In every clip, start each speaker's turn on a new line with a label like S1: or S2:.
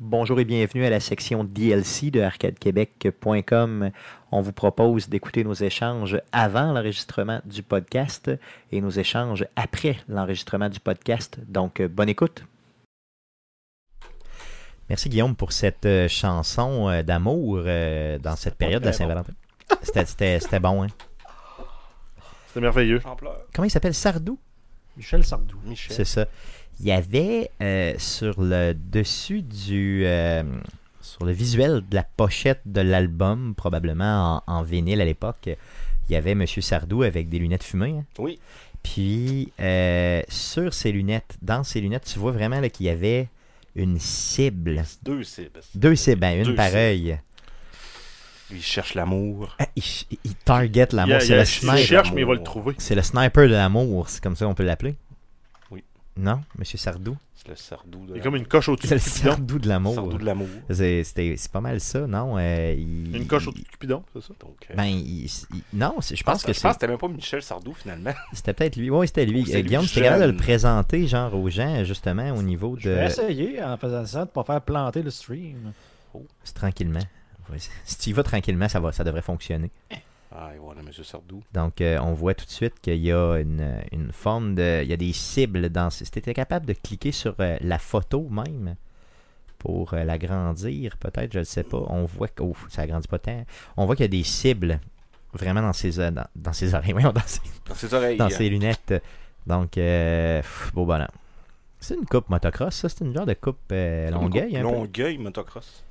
S1: Bonjour et bienvenue à la section DLC de arcadequebec.com. On vous propose d'écouter nos échanges avant l'enregistrement du podcast et nos échanges après l'enregistrement du podcast. Donc, euh, bonne écoute. Merci Guillaume pour cette euh, chanson euh, d'amour euh, dans cette période de la
S2: très bon.
S1: Saint-Valentin. C'était- C'était c'était bon, hein?
S2: C'était merveilleux.
S3: J'en pleure.
S1: Comment il s'appelle Sardou?
S2: Michel Sardou. Michel.
S1: C'est ça. Il y avait euh, sur le dessus du. euh, sur le visuel de la pochette de l'album, probablement en, en vinyle à l'époque, il y avait Monsieur Sardou avec des lunettes fumées. hein.
S3: Oui.
S1: Puis, euh, sur ces lunettes, dans ces lunettes, tu vois vraiment là, qu'il y avait une cible.
S3: Deux cibles.
S1: Deux cibles, hein, une
S3: Deux
S1: par
S3: cibles.
S1: œil.
S3: Lui, il cherche l'amour.
S1: Ah, il, ch- il target l'amour,
S2: Il-
S1: Ah, c'est
S2: il-
S1: le
S2: Il
S1: sniper.
S2: cherche, mais il va le trouver.
S1: C'est le sniper de l'amour, c'est comme ça qu'on peut l'appeler.
S3: Oui.
S1: Non, Monsieur Sardou.
S3: C'est le sardou de
S2: Il est
S3: l'amour.
S2: comme une coche au-dessus
S1: C'est
S2: du
S1: le
S2: Cupidon.
S1: Sardou de l'amour.
S3: sardou de l'amour.
S1: C'est c'était- c'est pas mal ça, non? Euh, il-
S2: Une coche au-dessus du Cupidon, c'est ça?
S3: Donc, euh,
S1: Ben, il- il- non, c'est- je pense
S3: Ah, je
S1: que
S3: pense
S1: c'est-
S3: que c'était même pas Michel Sardou finalement.
S1: c'était peut-être lui. Oui, c'était lui.
S3: Ou c'est
S1: Euh,
S3: lui
S1: Guillaume, c'était
S3: jeune.
S1: capable de le présenter, genre, aux gens, justement, au niveau
S2: Je
S1: de.
S4: J'ai essayé en faisant ça de pas faire planter le stream.
S1: C'est Tranquillement. Ouais, c'est- Si tu y vas tranquillement, ça, va, ça devrait fonctionner.
S3: Ah, et voilà, Monsieur Sardou.
S1: Donc, euh, on voit tout de suite qu'il y a une, une forme de. Il y a des cibles dans. Si tu étais capable de cliquer sur euh, la photo même pour euh, l'agrandir, peut-être, je ne sais pas. On voit que. Oh, ça agrandit pas tant. On voit qu'il y a des cibles vraiment dans ses, euh, dans, dans ses oreilles. Voyons, dans ses-
S3: Dans ses oreilles.
S1: dans
S3: hein.
S1: ses lunettes. Donc, euh, pff, beau bonhomme. C'est une coupe motocross, ça? C'est une genre de coupe euh,
S3: Comme
S1: longueuil, un peu?
S3: Longueuil, motocross.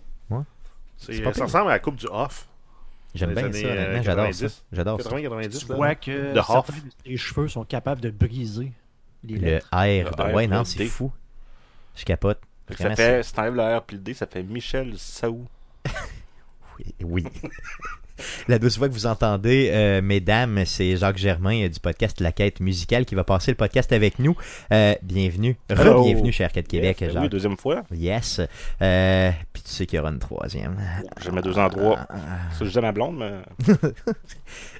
S2: C'est-
S1: C'est pas
S2: ça
S1: pire. Ah,
S2: ressemble à la Coupe du Off.
S1: J'aime
S2: Des
S1: bien
S2: années,
S1: ça, honnêtement,
S2: euh,
S1: j'adore
S2: 90.
S1: ça. J'adore ça.
S2: 80-90.
S4: Tu vois
S2: de
S4: que certains
S2: Hoff.
S4: de tes cheveux sont capables de briser les
S1: Le
S3: hein.
S4: lettres.
S1: R, de-
S3: Le R,
S1: ouais,
S3: le
S1: non,
S3: D.
S1: c'est fou. Je capote.
S3: Fait que
S1: Vraiment,
S3: ça fait, si t'enlèves le R puis le D, ça fait Michel Saou.
S1: c'est- Oui. la douce voix que vous entendez, euh, mesdames, c'est Jacques Germain euh, du podcast La Quête Musicale qui va passer le podcast avec nous. Euh, bienvenue.
S3: Hello.
S1: Re-bienvenue chez Arcade Québec,
S3: Yes, ben
S1: Jacques.
S3: oui, deuxième fois.
S1: Yes. Euh, Puis tu sais qu'il y aura une troisième.
S3: Oh, J'ai mes deux
S1: ah,
S3: endroits. Ça, je dis à ma blonde, mais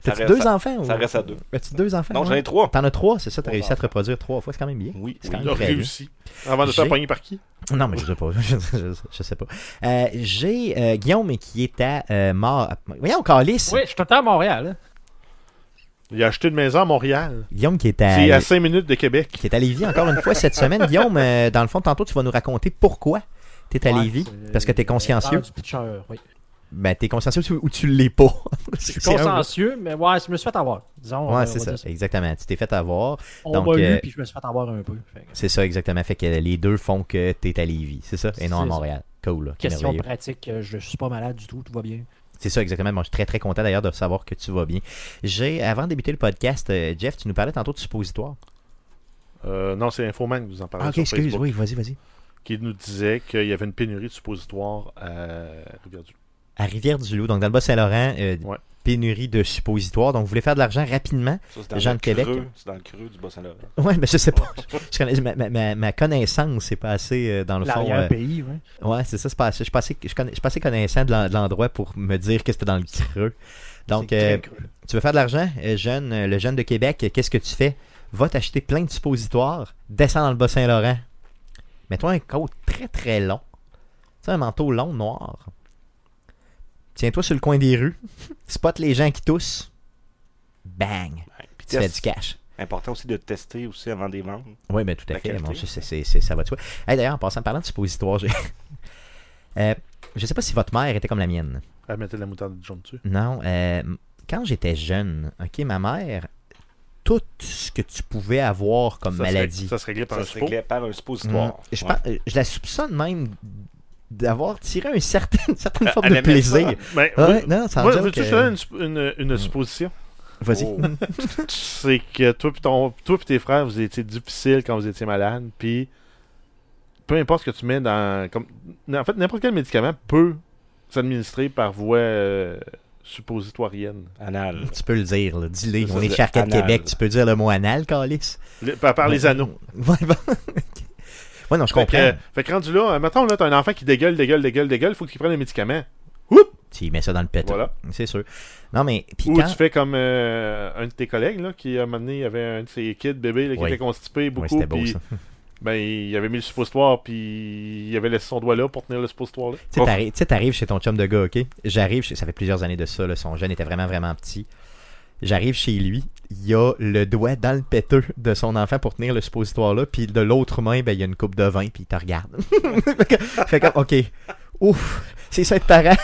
S1: T'as-tu
S3: reste
S1: deux
S3: à-
S1: enfants?
S3: ça
S1: ou-
S3: reste à deux.
S1: As-tu deux enfants? hein?
S3: Non,
S1: ouais?
S3: j'en ai trois.
S1: T'en as trois, c'est ça, t'as
S3: Trois
S1: réussi à te reproduire trois fois, c'est quand même bien.
S3: Oui,
S1: C'est
S3: oui.
S1: quand
S2: Il
S1: même
S2: a
S1: très
S2: réussi. Avant
S1: hein.
S2: de se
S1: J'ai-
S2: faire pogner par qui?
S1: Non, mais je sais pas, je, je- je sais pas. Euh, J'ai euh, Guillaume qui est à euh, mort. Voyons, Calice!
S4: Oui, je suis tout le temps à Montréal. hein.
S2: Il a acheté une maison à Montréal.
S1: Guillaume qui est à...
S2: C'est à 5 minutes de Québec.
S1: qui est à Lévis encore une fois cette semaine. Guillaume, euh, dans le fond, tantôt, tu vas nous raconter pourquoi tu es à
S4: Ouais,
S1: Lévis.
S4: c'est-
S1: Parce que t'es
S4: euh,
S1: consciencieux.
S4: l'heure du pitcher, oui.
S1: Ben, t'es consciencieux ou tu- ou tu l'es pas.
S4: Je suis
S1: C'est un-
S4: consciencieux, mais ouais, je me suis fait avoir. Disons,
S1: Ouais,
S4: euh,
S1: c'est
S4: on va
S1: ça,
S4: dire
S1: exactement. Tu t'es fait avoir.
S4: On
S1: Donc,
S4: m'a eu,
S1: euh,
S4: puis je me suis fait avoir un peu. Fait que,
S1: C'est ça, exactement. Fait que les deux font que t'es à Lévis, c'est ça? Et non à
S4: C'est ça.
S1: Montréal. Cool, là.
S4: question
S1: Merveilleux.
S4: pratique, euh, je suis pas malade du tout, tout va bien.
S1: C'est ça, exactement. Moi, je suis très, très content d'ailleurs de savoir que tu vas bien. J'ai, avant de débuter le podcast, euh, Jeff, tu nous parlais tantôt de suppositoire.
S2: Euh, non, c'est Infoman que vous en parlez
S1: Ah, ok,
S2: sur
S1: excuse,
S2: Facebook,
S1: oui, vas-y, vas-y.
S2: qui nous disait qu'il y avait une pénurie de suppositoires à Rivière-du-Loup.
S1: À Rivière-du-Loup, donc dans le Bas-Saint-Laurent, euh,
S2: Ouais.
S1: pénurie de suppositoires. Donc, vous voulez faire de l'argent rapidement.
S3: Ça, c'est dans
S1: Jean
S3: le
S1: de Québec.
S3: creux. C'est dans le creux du Bas-Saint-Laurent.
S1: Ouais, mais je sais pas. Je connais- ma, ma- ma- ma connaissance, c'est pas assez euh, dans le fond. euh,
S4: L'arrière-pays, ouais.
S1: ouais, c'est ça, c'est pas assez. Je suis pas assez, je connais- je suis pas assez connaissant de l'en- de l'endroit pour me dire que c'était dans le creux. Donc,
S4: C'est
S1: euh,
S4: très creux.
S1: Tu veux faire de l'argent, euh, jeune, euh, le jeune de Québec, euh, qu'est-ce que tu fais? Va t'acheter plein de suppositoires, descends dans le Bas-Saint-Laurent. Mets-toi un coat très très long. Tu sais, un manteau long noir. Tiens-toi sur le coin des rues. Spot les gens qui toussent. Bang!
S3: Ouais. Ben, Puis
S1: Tu fais
S3: test.
S1: du cash.
S3: Important aussi de tester aussi avant des ventes.
S1: Oui, mais tout à
S3: La
S1: fait.
S3: qualité.
S1: Mon Dieu, c'est- c'est- c'est- ça va de soi. Hey, D'ailleurs, en passant, parlant de suppositoires, j'ai- Euh, je sais pas si votre mère était comme la mienne.
S2: Elle mettait de la moutarde jaune dessus.
S1: Non, euh, quand j'étais jeune, ok, ma mère, tout ce que tu pouvais avoir comme
S2: Ça se ré-
S1: maladie,
S2: Ça se réglait par
S3: Ça
S2: un
S3: se
S2: suppo.
S3: réglait par un
S1: mm,
S3: suppositoire.
S1: je,
S3: Ouais.
S1: pense- euh, je la soupçonne même d'avoir tiré une certaine, certaine forme
S2: Ah,
S3: elle
S1: de
S3: aimait
S1: plaisir.
S2: Mais
S1: Ah,
S2: moi,
S1: non, sans
S2: moi,
S1: joke,
S2: veux-tu que je te
S1: euh,
S2: donne une sup- une, une supposition?
S1: Vas-y.
S3: Oh.
S2: c'est que toi puis ton toi puis tes frères vous étiez difficiles quand vous étiez malade puis peu importe ce que tu mets dans comme en fait n'importe quel médicament peut s'administrer par voie euh, suppositorienne
S3: Anal.
S1: Tu peux le dire, là, dis-le.
S3: Ça,
S1: On est
S3: c'est
S1: chez Arcade
S3: anal.
S1: Québec, tu peux dire le mot anal, Calis.
S2: Le- par, par les anneaux
S1: Ouais, bon, ok. Ouais, non, je
S2: fait que,
S1: comprends.
S2: fait que rendu là euh, mettons là t'as un enfant qui dégueule dégueule dégueule dégueule faut qu'il prenne des médicaments
S1: Tu mets ça dans le pétard.
S2: Voilà.
S1: C'est sûr. Non, mais. Puis
S2: ou
S1: quand...
S2: tu fais comme euh, un de tes collègues là, qui à un moment donné avait un de ses kids bébés là, qui
S1: Oui.
S2: était constipé
S1: Ouais,
S2: beaucoup
S1: c'était beau,
S2: puis
S1: ça.
S2: Ben, il avait mis le suppositoire, puis il avait laissé son doigt là pour tenir le suppositoire là.
S1: Tu sais, t'arri- tu sais, t'arrives chez ton chum de gars, ok? J'arrive, chez- ça fait plusieurs années de ça, là, son jeune était vraiment, vraiment petit. J'arrive chez lui, il y a le doigt dans le péteux de son enfant pour tenir le suppositoire là, puis de l'autre main, ben, il y a une coupe de vin, puis il te regarde. fait comme, ok, ouf, c'est ça être parent.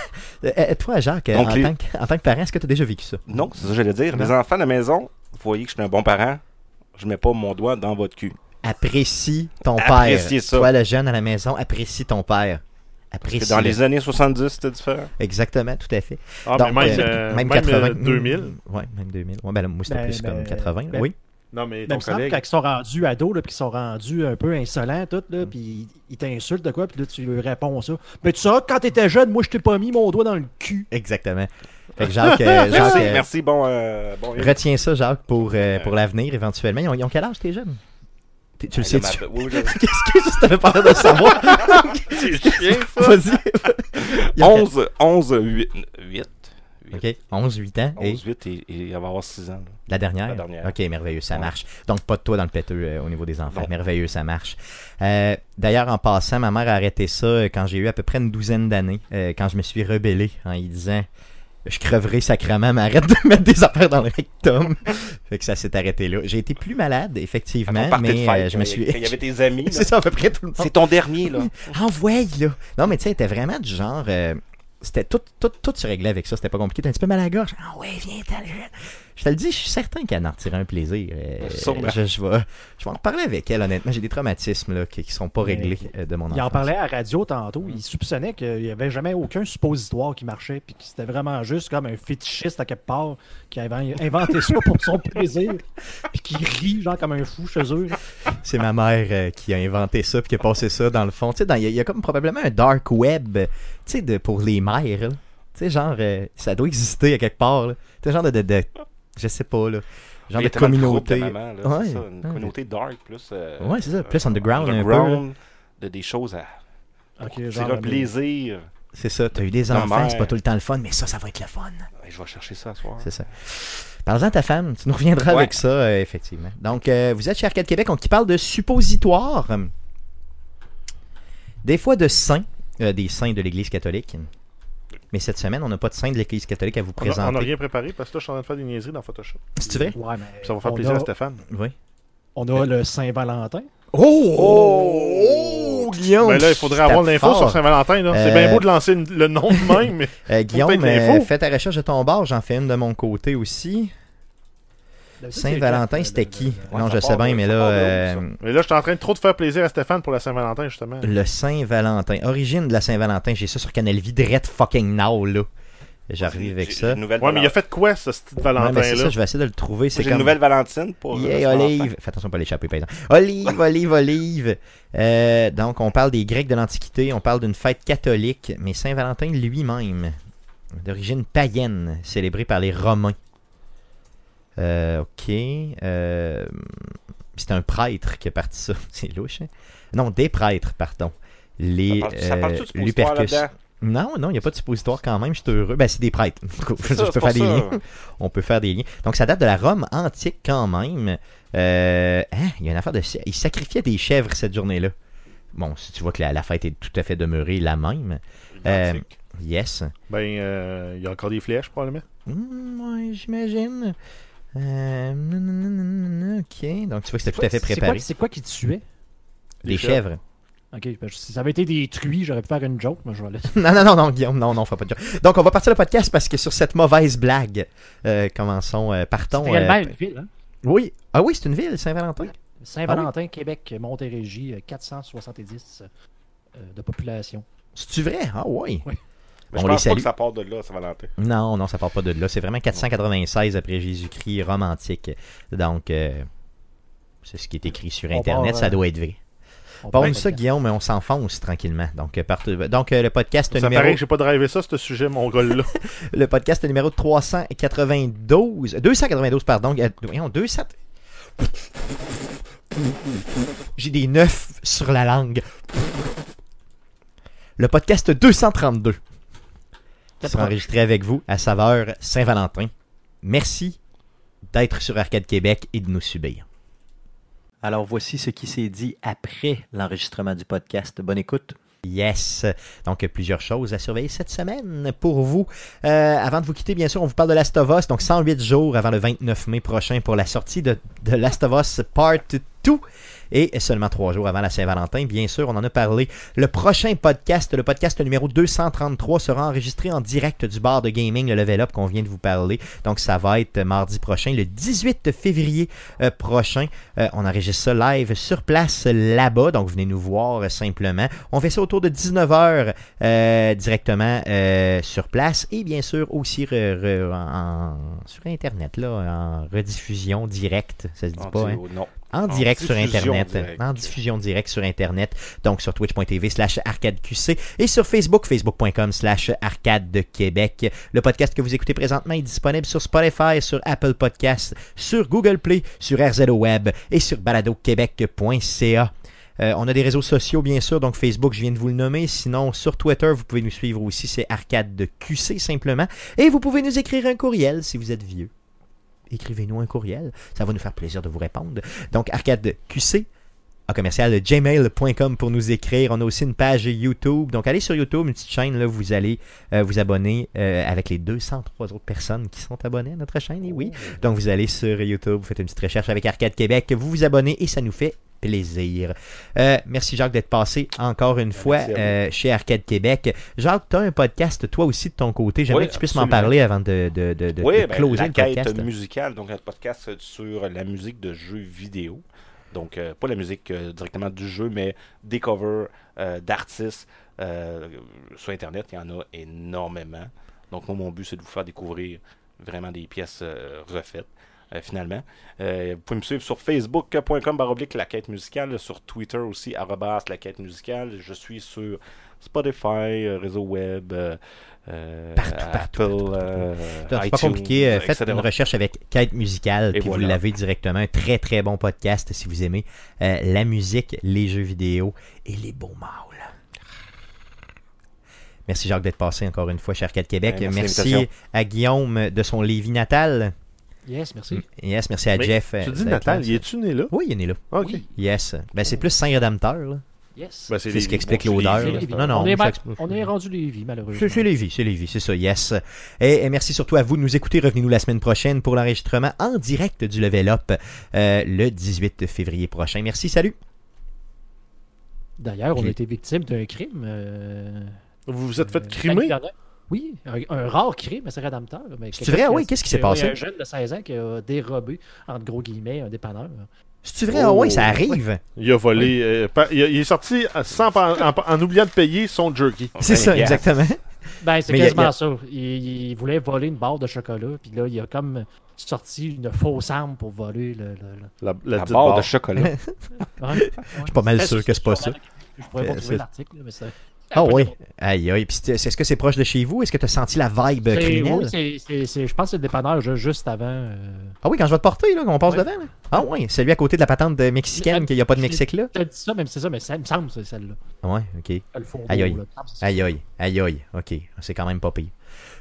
S1: Euh, euh, toi, Jacques, euh,
S3: Donc,
S1: en,
S3: les-
S1: tant que, en tant que parent, est-ce que tu as déjà vécu ça?
S3: Non, c'est ça que j'allais dire.
S1: Non.
S3: Les enfants à la maison, vous voyez que je suis un bon parent, je mets pas mon doigt dans votre cul.
S1: Apprécie ton
S3: Appréciez
S1: père.
S3: ça.
S1: Toi, le jeune à la maison, apprécie ton père.
S3: Parce que
S1: Apprécie.
S3: dans les années 70, c'était différent.
S1: Exactement, tout à fait.
S2: Ah,
S1: Donc,
S2: mais même,
S1: euh,
S2: euh,
S1: même
S2: même, euh,
S1: 80.
S2: 2000.
S1: Oui, même 2000. Ouais, ben, là, moi, c'était
S4: Ben,
S1: plus
S4: ben,
S1: comme 80.
S4: ben,
S1: oui.
S2: Non, mais
S4: Même
S2: ton
S4: me semble
S2: collègue.
S4: quand ils sont rendus ados, là, puis qu'ils sont rendus un peu insolents, tout,
S1: Mm.
S4: là, puis ils- ils t'insultent de quoi, puis là, tu leur réponds ça. Mais tu sais, quand t'étais jeune, moi, je t'ai pas mis mon doigt dans le cul.
S1: Exactement. Fait que Jacques, euh, Jacques,
S3: Merci,
S1: euh,
S3: merci, bon... euh, bon
S1: retiens ça, Jacques, pour, euh, pour l'avenir éventuellement. Ils ont, ils ont quel âge, tes jeunes T'es- Tu le
S3: Ah,
S1: sais-tu
S3: ma- oui, je-
S1: Qu'est-ce que tu t'avais parlé de le savoir
S2: C'est chien, ça!
S1: Vas-y. Ils ont
S3: 11, 11, 8. 8.
S1: quel- Ok, 11, 8 ans. Et
S3: 11, 8 et, et elle va avoir 6 ans. là.
S1: la dernière?
S3: La dernière.
S1: Ok, merveilleux, ça
S3: Ouais.
S1: marche. Donc, pas de toi dans le péteux euh, au niveau des enfants.
S3: Non.
S1: Merveilleux, ça marche. Euh, D'ailleurs, en passant, ma mère a arrêté ça euh, quand j'ai eu à peu près une douzaine d'années, euh, quand je me suis rebellé en y disant Je creverai sacrément, mais arrête de mettre des affaires dans le rectum. fait que ça s'est arrêté là. J'ai été plus malade,
S3: À ton
S1: effectivement,
S3: party de
S1: mais
S3: fête,
S1: euh, je
S3: quand
S1: me
S3: il y-
S1: suis.
S3: quand Il y avait tes amis. là.
S1: C'est ça à peu près tout le monde.
S3: C'est ton dernier, là.
S1: Envoie, là. Non, mais tu sais, elle était vraiment du genre. euh, c'était tout, tout, tout se réglait avec ça. C'était pas compliqué. T'as un petit peu mal à la gorge. Ah ouais, viens, t'as le- Je te le dis, je suis certain qu'elle en tirait un plaisir. Euh,
S3: Ah, Sûrement.
S1: je, je vais, je vais en parler avec elle, honnêtement. J'ai des traumatismes là, qui, qui sont pas réglés euh, de mon enfance.
S4: Il en parlait à la radio tantôt. Il soupçonnait qu'il n'y avait jamais aucun suppositoire qui marchait, puis que c'était vraiment juste comme un fétichiste à quelque part qui avait inventé ça pour son plaisir, puis qui rit, genre, comme un fou chez eux.
S1: C'est ma mère euh, qui a inventé ça puis qui a passé ça dans le fond. Tu sais, dans- il y, a- il y a comme probablement un dark web euh, tu sais, de- pour les mères. là. Tu sais, genre, euh, ça doit exister à quelque part. là. Tu sais, genre de, de, de- Je sais pas, là. Genre
S3: Il y
S1: de
S3: a tellement groupes
S1: communauté.
S3: De maman, là,
S1: Ouais,
S3: c'est ça, une
S1: ouais.
S3: communauté dark, plus. euh,
S1: Ouais, c'est ça, plus
S3: euh,
S1: underground, un peu,
S3: underground, de des choses à.
S4: Ok,
S3: C'est
S4: genre,
S3: un
S4: mais-
S3: plaisir.
S1: C'est ça, t'as eu des
S3: Non,
S1: enfants,
S3: mais-
S1: c'est pas tout le temps le fun, mais ça, ça va être le fun.
S3: Hey, Je vais chercher ça ce soir.
S1: C'est ça. Parle-en à ta femme, tu nous reviendras
S3: Ouais.
S1: avec ça, euh, effectivement. Donc, euh, vous êtes chez Arcade Québec, on qui parle de suppositoire. Des fois de saints, euh, des saints de l'Église catholique. Mais cette semaine, on n'a pas de saints de l'Église catholique à vous
S2: On a- On n'a
S1: présenter.
S2: rien préparé parce que là, je suis en train de faire des niaiseries dans Photoshop.
S1: Si tu veux.
S4: Ouais, mais
S2: Puis ça va faire
S4: on
S2: plaisir
S4: a-
S2: à Stéphane.
S1: Oui.
S4: On a le Saint-Valentin.
S1: Oh!
S2: Oh!
S1: Guillaume!
S2: Ben là, il faudrait avoir de l'info sur Saint-Valentin. là. C'est
S1: Euh,
S2: bien beau de lancer une- le nom de même, mais
S1: Euh, Guillaume,
S2: Faut peut-être l'info.
S1: euh, fais ta recherche de ton bord, j'en fais une de mon côté aussi. Saint-Valentin, c'était
S4: Euh,
S1: qui?
S3: Ouais,
S1: non,
S3: ça
S1: je
S3: part
S1: sais bien,
S3: de-
S1: mais
S3: ça
S1: là,
S3: part de
S1: euh,
S3: où,
S2: mais là, je suis en train de trop de faire plaisir à Stéphane pour la Saint-Valentin, justement.
S1: Le Saint-Valentin. Origine de la Saint-Valentin. J'ai ça sur Canal V direct fucking now, là. J'arrive avec
S3: J'ai-
S1: ça.
S3: J'ai une nouvelle,
S2: Ouais, mais il a fait quoi, ce
S1: Ouais, mais
S2: petit
S1: c'est ça,
S2: Valentin-là?
S1: je vais essayer de le trouver. C'est
S3: J'ai
S1: comme...
S3: une nouvelle Valentine pour. euh,
S1: Yeah,
S3: son enfant.
S1: olive. Fais attention pas l'échapper, par exemple. Olive, olive, olive. Euh, donc, on parle des Grecs de l'Antiquité, on parle d'une fête catholique, mais Saint-Valentin lui-même, d'origine païenne, célébré par les Romains. Euh, ok. euh, c'est un prêtre qui a parti ça. C'est louche, hein? Non, des prêtres, pardon.
S3: Ça
S1: Les
S3: parle- Ça
S1: euh,
S3: parle-tu de suppositoire
S1: Lupercus.
S3: là-dedans?
S1: Non, non, il n'y a pas de suppositoire quand même, je suis heureux. Ben, c'est des prêtres.
S3: C'est ça,
S1: je peux
S3: c'est
S1: faire
S3: pour
S1: des
S3: ça.
S1: liens. On peut faire des liens. Donc, ça date de la Rome antique quand même. Euh, hein, il y a une affaire de. Ils sacrifiaient des chèvres cette journée-là. Bon, si tu vois que la, la fête est tout à fait demeurée la même. Euh,
S3: Identique.
S1: Yes.
S2: Ben, euh, il y a encore des flèches, probablement.
S1: Hmm, ouais, j'imagine. Euh, nan, nan, nan, nan, ok. Donc, tu vois que c'était tout à fait
S4: C'est quoi-
S1: préparé.
S4: C'est quoi qui tuait?
S1: Des chèvres.
S4: Ok, ben, si ça avait été des truies, j'aurais pu faire une joke, mais je vais laisser.
S1: Non, non, non, non, Guillaume, non, non, on fera pas de joke. Donc, on va partir le podcast parce que sur cette mauvaise blague, euh, commençons, euh, partons.
S4: C'était réellement
S1: euh,
S4: une ville, hein?
S1: Oui. Ah oui, c'est une ville, Saint-Valentin.
S4: Saint-Valentin, Québec, Montérégie, euh, 470 euh, de population.
S1: C'est-tu vrai? Ah oui.
S4: Oui.
S3: Mais
S1: On les
S3: Je pense pas
S1: salue.
S3: que ça part de là, Saint-Valentin.
S1: Non, non, ça part pas de là. C'est vraiment 496 après Jésus-Christ, romantique. Donc, euh, c'est ce qui est écrit sur
S4: On
S1: Internet,
S4: part,
S1: ça
S4: euh,
S1: doit être vrai.
S4: On
S1: Bon,
S4: parle
S1: ça,
S4: de-
S1: Guillaume, mais on s'enfonce tranquillement. Donc, euh, partout- donc euh, le podcast
S2: Ça
S1: numéro
S2: paraît que j'ai pas drivé ça, ce sujet, mon gars-là.
S1: le podcast numéro 392 292 pardon, euh, voyons, 200 J'ai des neufs sur la langue. Le podcast 232 qui sera enregistré avec vous à saveur Saint-Valentin. Merci d'être sur Arcade Québec et de nous subir.
S5: Alors voici ce qui s'est dit après l'enregistrement du podcast. Bonne écoute.
S1: Yes. Donc, plusieurs choses à surveiller cette semaine pour vous. Euh, avant de vous quitter, bien sûr, on vous parle de Last of Us. Donc, 108 jours avant le 29 mai prochain pour la sortie de, de Last of Us Part 2. Et seulement trois jours avant la Saint-Valentin, bien sûr, on en a parlé. Le prochain podcast, le podcast numéro 233, sera enregistré en direct du bar de gaming, le Level Up qu'on vient de vous parler. Donc, ça va être mardi prochain, le 18 février euh, prochain. Euh, on enregistre ça live sur place là-bas. Donc, venez nous voir euh, simplement. On fait ça autour de 19h directement euh, sur place et bien sûr aussi re- re- en- sur Internet, là, en rediffusion directe. Ça se dit
S3: On
S1: pas,
S3: dit
S1: hein?
S3: au- oh, Non.
S1: En direct sur
S3: diffusion
S1: Internet.
S3: directe.
S1: En diffusion directe sur Internet. Donc sur twitch.tv slash arcadeqc et sur Facebook, facebook.com slash arcade de Québec. Le podcast que vous écoutez présentement est disponible sur Spotify, sur Apple Podcasts, sur Google Play, sur RZO Web et sur baladoquebec.ca. Euh, on a des réseaux sociaux, bien sûr, donc Facebook, je viens de vous le nommer. Sinon, sur Twitter, vous pouvez nous suivre aussi, c'est Arcade de QC simplement. Et vous pouvez nous écrire un courriel si vous êtes vieux. Écrivez-nous un courriel, ça va nous faire plaisir de vous répondre. Donc, Arcade QC, à commercial gmail.com pour nous écrire. On a aussi une page YouTube. Donc, allez sur YouTube, une petite chaîne, là, vous allez euh, vous abonner euh, avec les 203 autres personnes qui sont abonnées à notre chaîne. Et oui,
S3: Oh.
S1: donc vous allez sur YouTube, vous faites une petite recherche avec Arcade Québec, vous vous abonnez et ça nous fait plaisir. Euh, merci Jacques d'être passé encore une fois
S2: à vous.
S1: euh, chez Arcade Québec. Jacques, tu as un podcast toi aussi de ton côté. J'aimerais
S3: Oui,
S1: que tu puisses m'en
S3: absolument.
S1: parler avant de, de, de, de-
S3: Oui,
S1: de
S3: ben,
S1: closer
S3: la
S1: le
S3: quête
S1: podcast.
S3: musicale, donc un podcast euh, sur la musique de jeux vidéo. Donc, euh, pas la musique euh, directement du jeu, mais des covers euh, d'artistes euh, sur Internet. Il y en a énormément. Donc, moi, mon but, c'est de vous faire découvrir vraiment des pièces euh, refaites, euh, finalement. Euh, vous pouvez me suivre sur facebook.com baroblique la quête musicale, sur Twitter aussi, arrobas la quête musicale. Je suis sur Spotify, euh, réseau web, euh, euh,
S1: Partout, partout,
S3: Apple,
S1: partout, partout.
S3: euh,
S1: Donc, C'est pas
S3: iTunes,
S1: compliqué. euh,
S3: etc.
S1: Faites une recherche avec Quête musicale,
S3: Et
S1: puis vous
S3: voilà.
S1: l'avez directement. Un très très bon podcast si vous aimez euh, la musique, les jeux vidéo et les beaux mâles. Merci Jacques d'être passé encore une fois chez Arcade Québec.
S3: Ouais, merci
S1: merci
S3: de
S1: à Guillaume de son Lévis natal.
S4: Yes,
S1: Hmm.
S4: merci.
S1: Yes, merci à
S2: Mais
S1: Jeff. euh,
S2: Tu dis
S1: d'être
S2: Nathan,
S1: là.
S2: il est-tu né là?
S1: Oui, il est né là.
S2: Ok.
S4: Oui.
S1: Yes. Ben, c'est plus Saint-Rédempteur. là.
S4: Yes.
S2: Ben,
S1: C'est ce
S2: les-
S1: qui explique
S2: bon, c'est
S1: l'odeur.
S2: les-
S1: là.
S4: Lévis.
S1: Non, non,
S4: on, est
S1: ça
S4: ma-
S1: explique-
S4: on est rendu Lévis, malheureusement.
S1: C'est c'est Lévis, c'est Lévis, c'est ça, yes. Et, et merci surtout à vous de nous écouter. Revenez-nous la semaine prochaine pour l'enregistrement en direct du Level Up euh, le 18 février prochain. Merci, salut.
S4: D'ailleurs, on
S1: Puis-
S4: a été victime d'un crime. euh,
S2: Vous vous êtes fait
S4: euh,
S2: crimer?
S4: l'année dernière. Oui, un, un rare crime, c'est rédempteur. là, mais
S1: C'est
S4: quelqu'un
S1: vrai?
S4: qui a-
S1: Oui, qu'est-ce qui s'est
S4: oui,
S1: passé?
S4: Un jeune de 16 ans qui a dérobé, entre gros guillemets, un dépanneur.
S1: C'est-tu vrai? Ah ouais, ça arrive.
S2: Il a volé. euh, pa- il, a- il est sorti à- sans pa- en, pa- en oubliant de payer son jerky.
S1: C'est ça,
S3: Ben, yes.
S1: exactement.
S4: Ben, c'est
S1: Mais il y a-
S4: quasiment
S1: il y a-
S4: ça. Il, il voulait voler une barre de chocolat, puis là, il a comme sorti une fausse arme pour voler le. le- le-
S2: La,
S3: La
S2: petite
S3: barre
S2: barre.
S3: de chocolat.
S4: Ouais, ouais.
S1: Je suis pas mal sûr que c'est pas ça.
S4: Je pourrais
S1: Euh,
S4: pas
S1: c'est-
S4: trouver l'article, là, mais c'est.
S1: Ah oui. Aïe, aïe. Puis c'est- Est-ce que c'est proche de chez vous? Est-ce que tu as senti la vibe
S4: C'est-
S1: criminelle?
S4: oui, c'est- c'est- c'est- je pense que c'est le dépanneur ju- juste avant. euh,
S1: ah oui, quand je vais te porter, là, qu'on passe
S4: Ouais. Ah,
S1: devant. là. Ah oui, celui à côté de la patente de mexicaine,
S4: Mais-
S1: qu'il n'y a pas de
S4: je-
S1: Mexique là.
S4: Je te dis ça, même c'est ça, mais ça me semble c'est celle-là.
S1: Ah Ouais, ok.
S4: Le fond
S1: Aïe, aïe.
S4: là, il me semble, c'est ça.
S1: Aïe aïe, aïe aïe, ok, c'est quand même pas pire.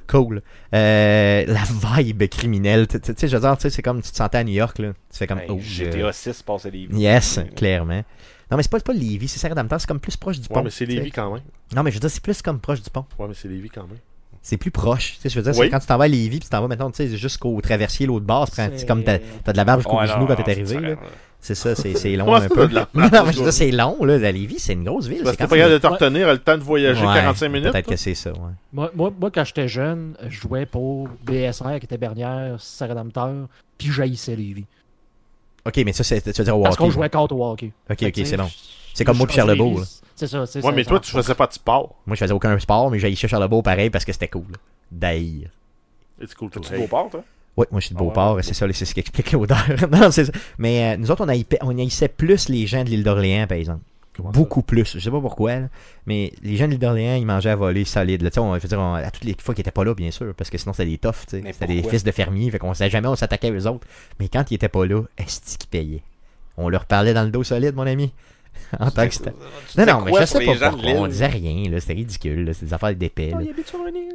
S1: Cool. Euh, la vibe criminelle, tu tu- tu sais, je veux dire, tu sais, c'est comme tu te sentais à New York, là. Tu fais comme.
S3: Hey,
S1: oh,
S3: GTA 6 passe à des
S1: je- Yes, clairement. Non, mais c'est pas, c'est pas Lévis, c'est Sarah Damtar, c'est comme plus proche du pont.
S2: Ouais, mais c'est
S1: tu sais.
S2: Lévi quand même.
S1: Non, mais je veux dire, c'est plus comme proche du pont.
S2: Ouais, mais c'est Lévi quand même.
S1: C'est plus proche. Tu sais, je veux dire, c'est
S2: Oui.
S1: quand tu t'en vas à Lévis, puis tu t'en vas maintenant, tu sais, jusqu'au traversier, l'autre bord, c'est quand-
S4: C'est-
S1: c'est comme t'as t'as de la barbe jusqu'au
S3: Ouais, non,
S1: genou quand
S3: non,
S1: t'es arrivé,
S3: c'est
S1: là.
S3: différent, là.
S1: C'est ça, c'est c'est long
S2: Comment
S1: un
S2: ça,
S1: peu.
S2: t'as de la
S1: Non,
S2: barbe
S1: mais je veux
S2: jusqu'au
S1: dire, c'est long, là. La Lévis, c'est une grosse ville.
S2: Parce que t'es
S1: quand
S2: pas capable
S1: même-
S2: de te retenir, le temps de voyager
S1: Ouais,
S2: 45 minutes.
S1: Peut-être
S2: là.
S1: que c'est ça, ouais.
S4: Moi, moi, moi, quand j'étais jeune, je jouais pour BSR qui était Bernière, Saint-Rédempteur, puis j'haïssais Lévis.
S1: Ok, mais ça, c'est- tu veux dire au
S4: Parce qu'on
S1: hockey.
S4: jouait contre au hockey.
S1: Ok,
S4: Fait que,
S1: ok,
S4: tu sais,
S1: c'est bon.
S4: je-
S1: C'est comme moi
S4: je-
S1: puis Charlebourg, là.
S4: C'est ça, c'est ça.
S2: Ouais, mais
S4: ça.
S2: toi, tu faisais pas de sport.
S1: Moi, je faisais aucun sport, mais j'ai Charlebourg pareil parce que c'était cool. D'ailleurs.
S2: It's cool to
S3: Tu
S2: hate.
S3: vas au port, toi?
S1: Oui, moi, je suis de
S3: Ah ouais,
S1: Beauport,
S3: ouais.
S1: c'est ça, c'est ce qui explique l'odeur. non, non, c'est ça. Mais euh, nous autres, on, haïpait- on haïssait plus les gens de l'île d'Orléans, par exemple.
S2: Comment ça?
S1: Beaucoup plus. Je sais pas pourquoi, là. mais les gens de l'île d'Orléans, ils mangeaient à voler solide. là. Tu sais, on, je veux dire, on- à toutes les fois qu'ils étaient pas là, bien sûr, parce que sinon, c'était des toughs. tu sais.
S3: Mais
S1: C'était des
S3: pourquoi?
S1: fils de fermiers, fait qu'on savait jamais, on s'attaquait aux autres. Mais quand ils étaient pas là, est-ce qu'ils payaient On leur parlait dans le dos solide, mon ami. en tant que sta- Non, non, mais je sais pas pourquoi. On disait rien, là. C'était ridicule, là. C'était des affaires d'épais,
S4: Oh,
S1: là.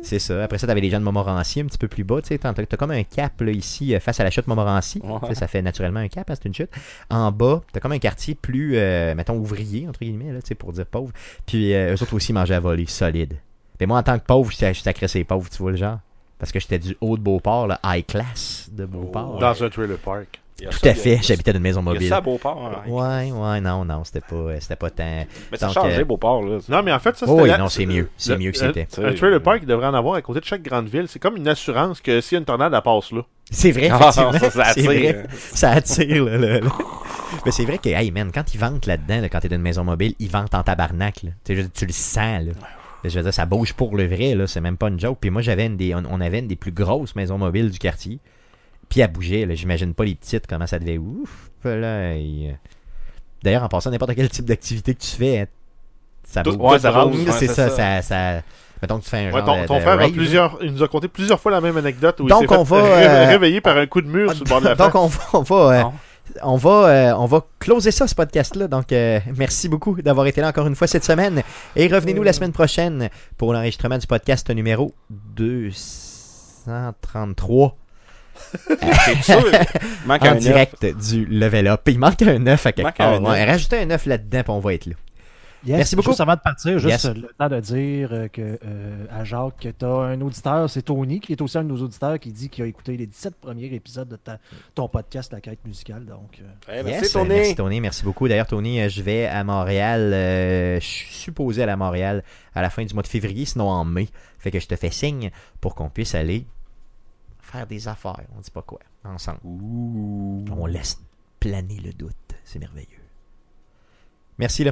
S1: C'est ça. Après ça, t'avais les gens de Montmorency un petit peu plus bas. Tu sais, t'as, t'as comme un cap là, ici, euh, face à la chute Montmorency.
S3: Ouais.
S1: Tu sais, Ça fait naturellement un cap, hein, c'est une chute. En bas, t'as comme un quartier plus, euh, mettons, ouvrier, entre guillemets, là, tu sais, pour dire pauvre. Puis euh, eux autres aussi mangeaient à voler, solide. Mais moi, en tant que pauvre, je sacré ces pauvres, tu vois le genre. Parce que j'étais du haut de Beauport, là, high class de Beauport.
S3: Ouais.
S2: Dans un trailer park.
S1: Tout à fait, j'habitais dans une maison
S3: Oh, Il y a
S1: mobile.
S3: ça à Beauport. hein.
S1: Ouais, ouais, non, non, c'était pas, euh, c'était pas tant.
S3: Mais ça a
S1: Donc,
S3: changé,
S1: euh,
S3: Beauport. Là. Ah,
S2: Non, mais en fait, ça,
S1: Oh
S2: c'était
S1: oui,
S2: la-
S1: non, c'est mieux. C'est
S2: le-
S1: mieux que
S2: un-
S1: c'était.
S2: Un
S3: euh,
S2: trailer park, il devrait en avoir à côté de chaque grande ville. C'est comme une assurance que s'il y a une tornade, elle passe là.
S1: C'est vrai,
S3: Ah,
S1: effectivement.
S3: ça, ça
S1: c'est
S3: attire,
S1: vrai.
S3: hein.
S1: ça attire là, le- le- Mais c'est vrai que, hey man, quand ils vantent là-dedans, là, quand t'es dans une maison mobile, ils vantent en tabarnak. là. Tu sais, je- tu le sens. Là. Je veux dire, ça bouge pour le vrai, là, c'est même pas une joke. Puis moi, j'avais une des, on, on avait une des plus grosses maisons mobiles du quartier. Puis elle bougeait, là. j'imagine pas les petites, comment ça devait. Ouf, là. et, euh, D'ailleurs, en passant, n'importe quel type d'activité que tu fais, hein, ça
S2: Tout-
S1: bouge.
S2: ouais, ça
S1: bouge,
S2: bouge,
S1: là,
S3: ouais,
S1: c'est
S3: c'est
S1: ça, ça,
S3: ça.
S1: ça- Mettons que tu fais un
S2: Ouais,
S1: genre
S2: ton,
S1: de-
S2: ton
S1: de
S2: frère a
S1: rave, là.
S2: plusieurs, il nous a conté plusieurs fois la même anecdote où
S1: Donc,
S2: il s'est
S1: on
S2: fait
S1: va,
S2: ré-
S1: euh,
S2: réveiller par un coup de mur sur le bord de la
S1: Donc
S2: fenêtre.
S1: on va, on va, euh,
S3: Non.
S1: on va, euh, on va closer ça ce podcast là. Donc euh, merci beaucoup d'avoir été là encore une fois cette semaine et revenez-nous la semaine prochaine pour l'enregistrement du podcast numéro 233
S3: C'est sûr. Manque
S1: en
S3: un neuf.
S1: direct du Level Up. Il manque un 9 à quelque
S3: Manque
S1: part.
S3: un neuf.
S1: Ouais, rajoutez un 9 là-dedans puis on va être là.
S4: Yes,
S1: Merci beaucoup.
S4: Juste avant de partir,
S1: Yes.
S4: juste euh, le temps de dire euh, que, euh, à Jacques que tu as un auditeur, c'est Tony, qui est aussi un de nos auditeurs, qui dit qu'il a écouté les 17 premiers épisodes de ta- ton podcast, La quête musicale. Donc, euh,
S3: Eh,
S1: Yes,
S3: Merci,
S1: euh,
S3: Tony.
S1: Merci Tony, merci beaucoup. D'ailleurs, Tony, euh, je vais à Montréal, euh, je suis supposé aller à Montréal à la fin du mois de février, sinon en mai. Fait que je te fais signe pour qu'on puisse aller faire des affaires, on dit pas quoi, ensemble. On laisse planer le doute, c'est merveilleux. Merci là.